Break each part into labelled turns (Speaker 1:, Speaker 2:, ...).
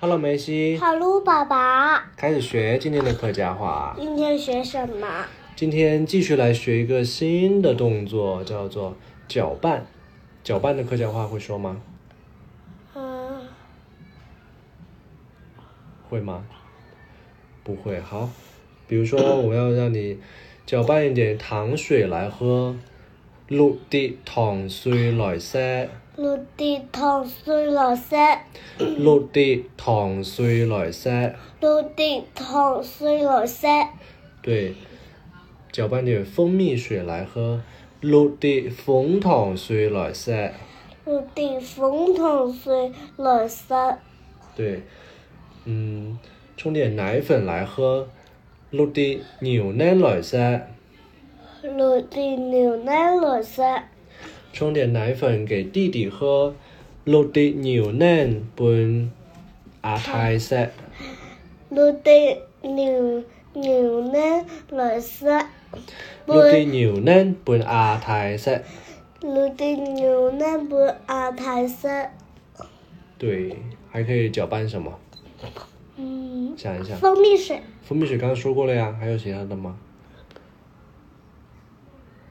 Speaker 1: Hello，梅西，
Speaker 2: 哈喽，爸爸，
Speaker 1: 开始学今天的客家话。
Speaker 2: 今天学什么？
Speaker 1: 今天继续来学一个新的动作，叫做搅拌。搅拌的客家话会说吗？
Speaker 2: 嗯，
Speaker 1: 会吗？不会。好，比如说我要让你搅拌一点糖水来喝，六滴糖水来塞，
Speaker 2: 陆地糖水落塞，
Speaker 1: 六滴糖水来塞。
Speaker 2: 陆地糖水落塞，
Speaker 1: 对，搅拌点蜂蜜水来喝，六滴蜂糖水来塞。
Speaker 2: 陆地粉糖水落塞，
Speaker 1: 对，嗯，冲点奶粉来喝，落啲牛奶来噻。
Speaker 2: 陆地牛奶落塞，
Speaker 1: 冲点奶粉给弟弟喝，落啲牛奶拌阿太噻。
Speaker 2: 陆地牛牛奶落塞，
Speaker 1: 落啲牛奶拌阿太噻。
Speaker 2: 陆地牛奶不阿太塞，
Speaker 1: 对，还可以搅拌什么？
Speaker 2: 嗯，
Speaker 1: 想一下，
Speaker 2: 蜂蜜水，
Speaker 1: 蜂蜜水刚刚说过了呀，还有其他的吗？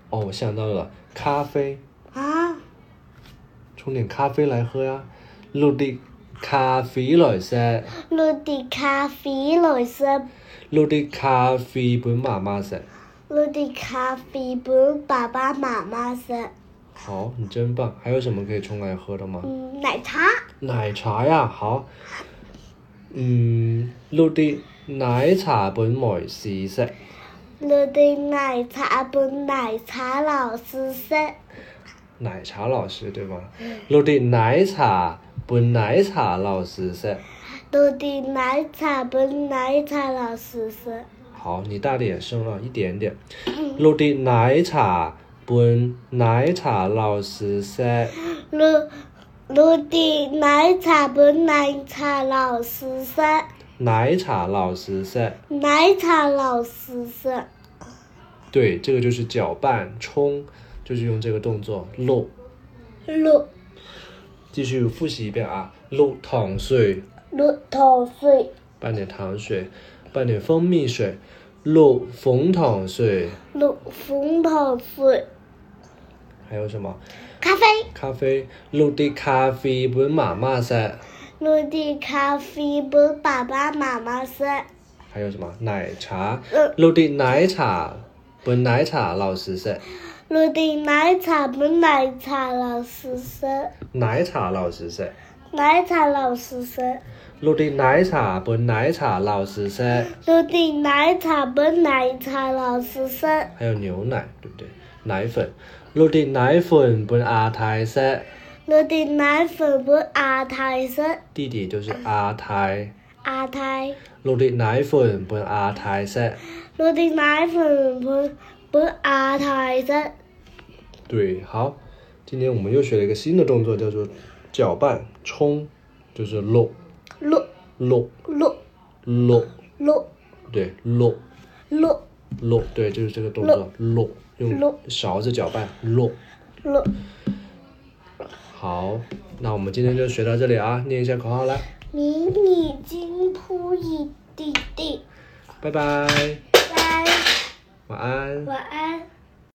Speaker 1: 哦，我想到了，咖啡，
Speaker 2: 啊，
Speaker 1: 冲点咖啡来喝呀，落啲咖啡来噻。
Speaker 2: 陆地咖啡落塞。
Speaker 1: 落啲咖啡本妈妈食。
Speaker 2: 我的咖啡不爸爸妈妈生，
Speaker 1: 好，你真棒。还有什么可以冲来喝的吗？
Speaker 2: 嗯，奶茶，
Speaker 1: 奶茶呀，好。嗯，落啲奶茶本梅士食。
Speaker 2: 我的奶茶不奶茶老师生，
Speaker 1: 奶茶老师对吗？落啲奶茶本奶茶老师食。
Speaker 2: 我的奶茶不奶茶老师生，
Speaker 1: 好，你大点声了一点点。落啲奶茶本奶茶老师食。
Speaker 2: 我我的奶茶不奶茶老师生，
Speaker 1: 奶茶老师食。
Speaker 2: 奶茶老师生，
Speaker 1: 对，这个就是搅拌冲，就是用这个动作落。
Speaker 2: 我
Speaker 1: 继续复习一遍啊，落糖水，
Speaker 2: 我糖水，
Speaker 1: 拌点糖水，拌点蜂蜜水，落枫糖水，
Speaker 2: 我红糖水，
Speaker 1: 还有什么？
Speaker 2: 咖啡，
Speaker 1: 咖啡，落啲咖啡本妈妈噻，
Speaker 2: 我的咖啡不爸爸妈妈生。
Speaker 1: 还有什么？奶茶
Speaker 2: 嗯，
Speaker 1: 落啲奶茶本奶茶老师噻，
Speaker 2: 我的奶茶不奶茶老师生，
Speaker 1: 奶茶老师噻，
Speaker 2: 奶茶老师生。
Speaker 1: 落啲奶茶本奶茶老师噻，
Speaker 2: 我的奶茶不奶茶老师生，
Speaker 1: 还有牛奶，对不对？奶粉，落啲奶粉本阿太噻，
Speaker 2: 我的奶粉不阿太生，
Speaker 1: 弟弟就是阿太。
Speaker 2: 阿太。
Speaker 1: 落啲奶粉拌阿太食，
Speaker 2: 我的奶粉不不阿太生，
Speaker 1: 对，好，今天我们又学了一个新的动作，叫做搅拌冲，就是落
Speaker 2: 落
Speaker 1: 落
Speaker 2: 落
Speaker 1: 落，
Speaker 2: 落
Speaker 1: 对，落
Speaker 2: 落
Speaker 1: 落，对，就是这个动作，落，用
Speaker 2: 落
Speaker 1: 勺子搅拌落。
Speaker 2: 落。
Speaker 1: 好，那我们今天就学到这里啊，念一下口号来，
Speaker 2: 迷你金铺一地地，
Speaker 1: 拜拜，
Speaker 2: 拜，
Speaker 1: 晚安。
Speaker 2: 晚安。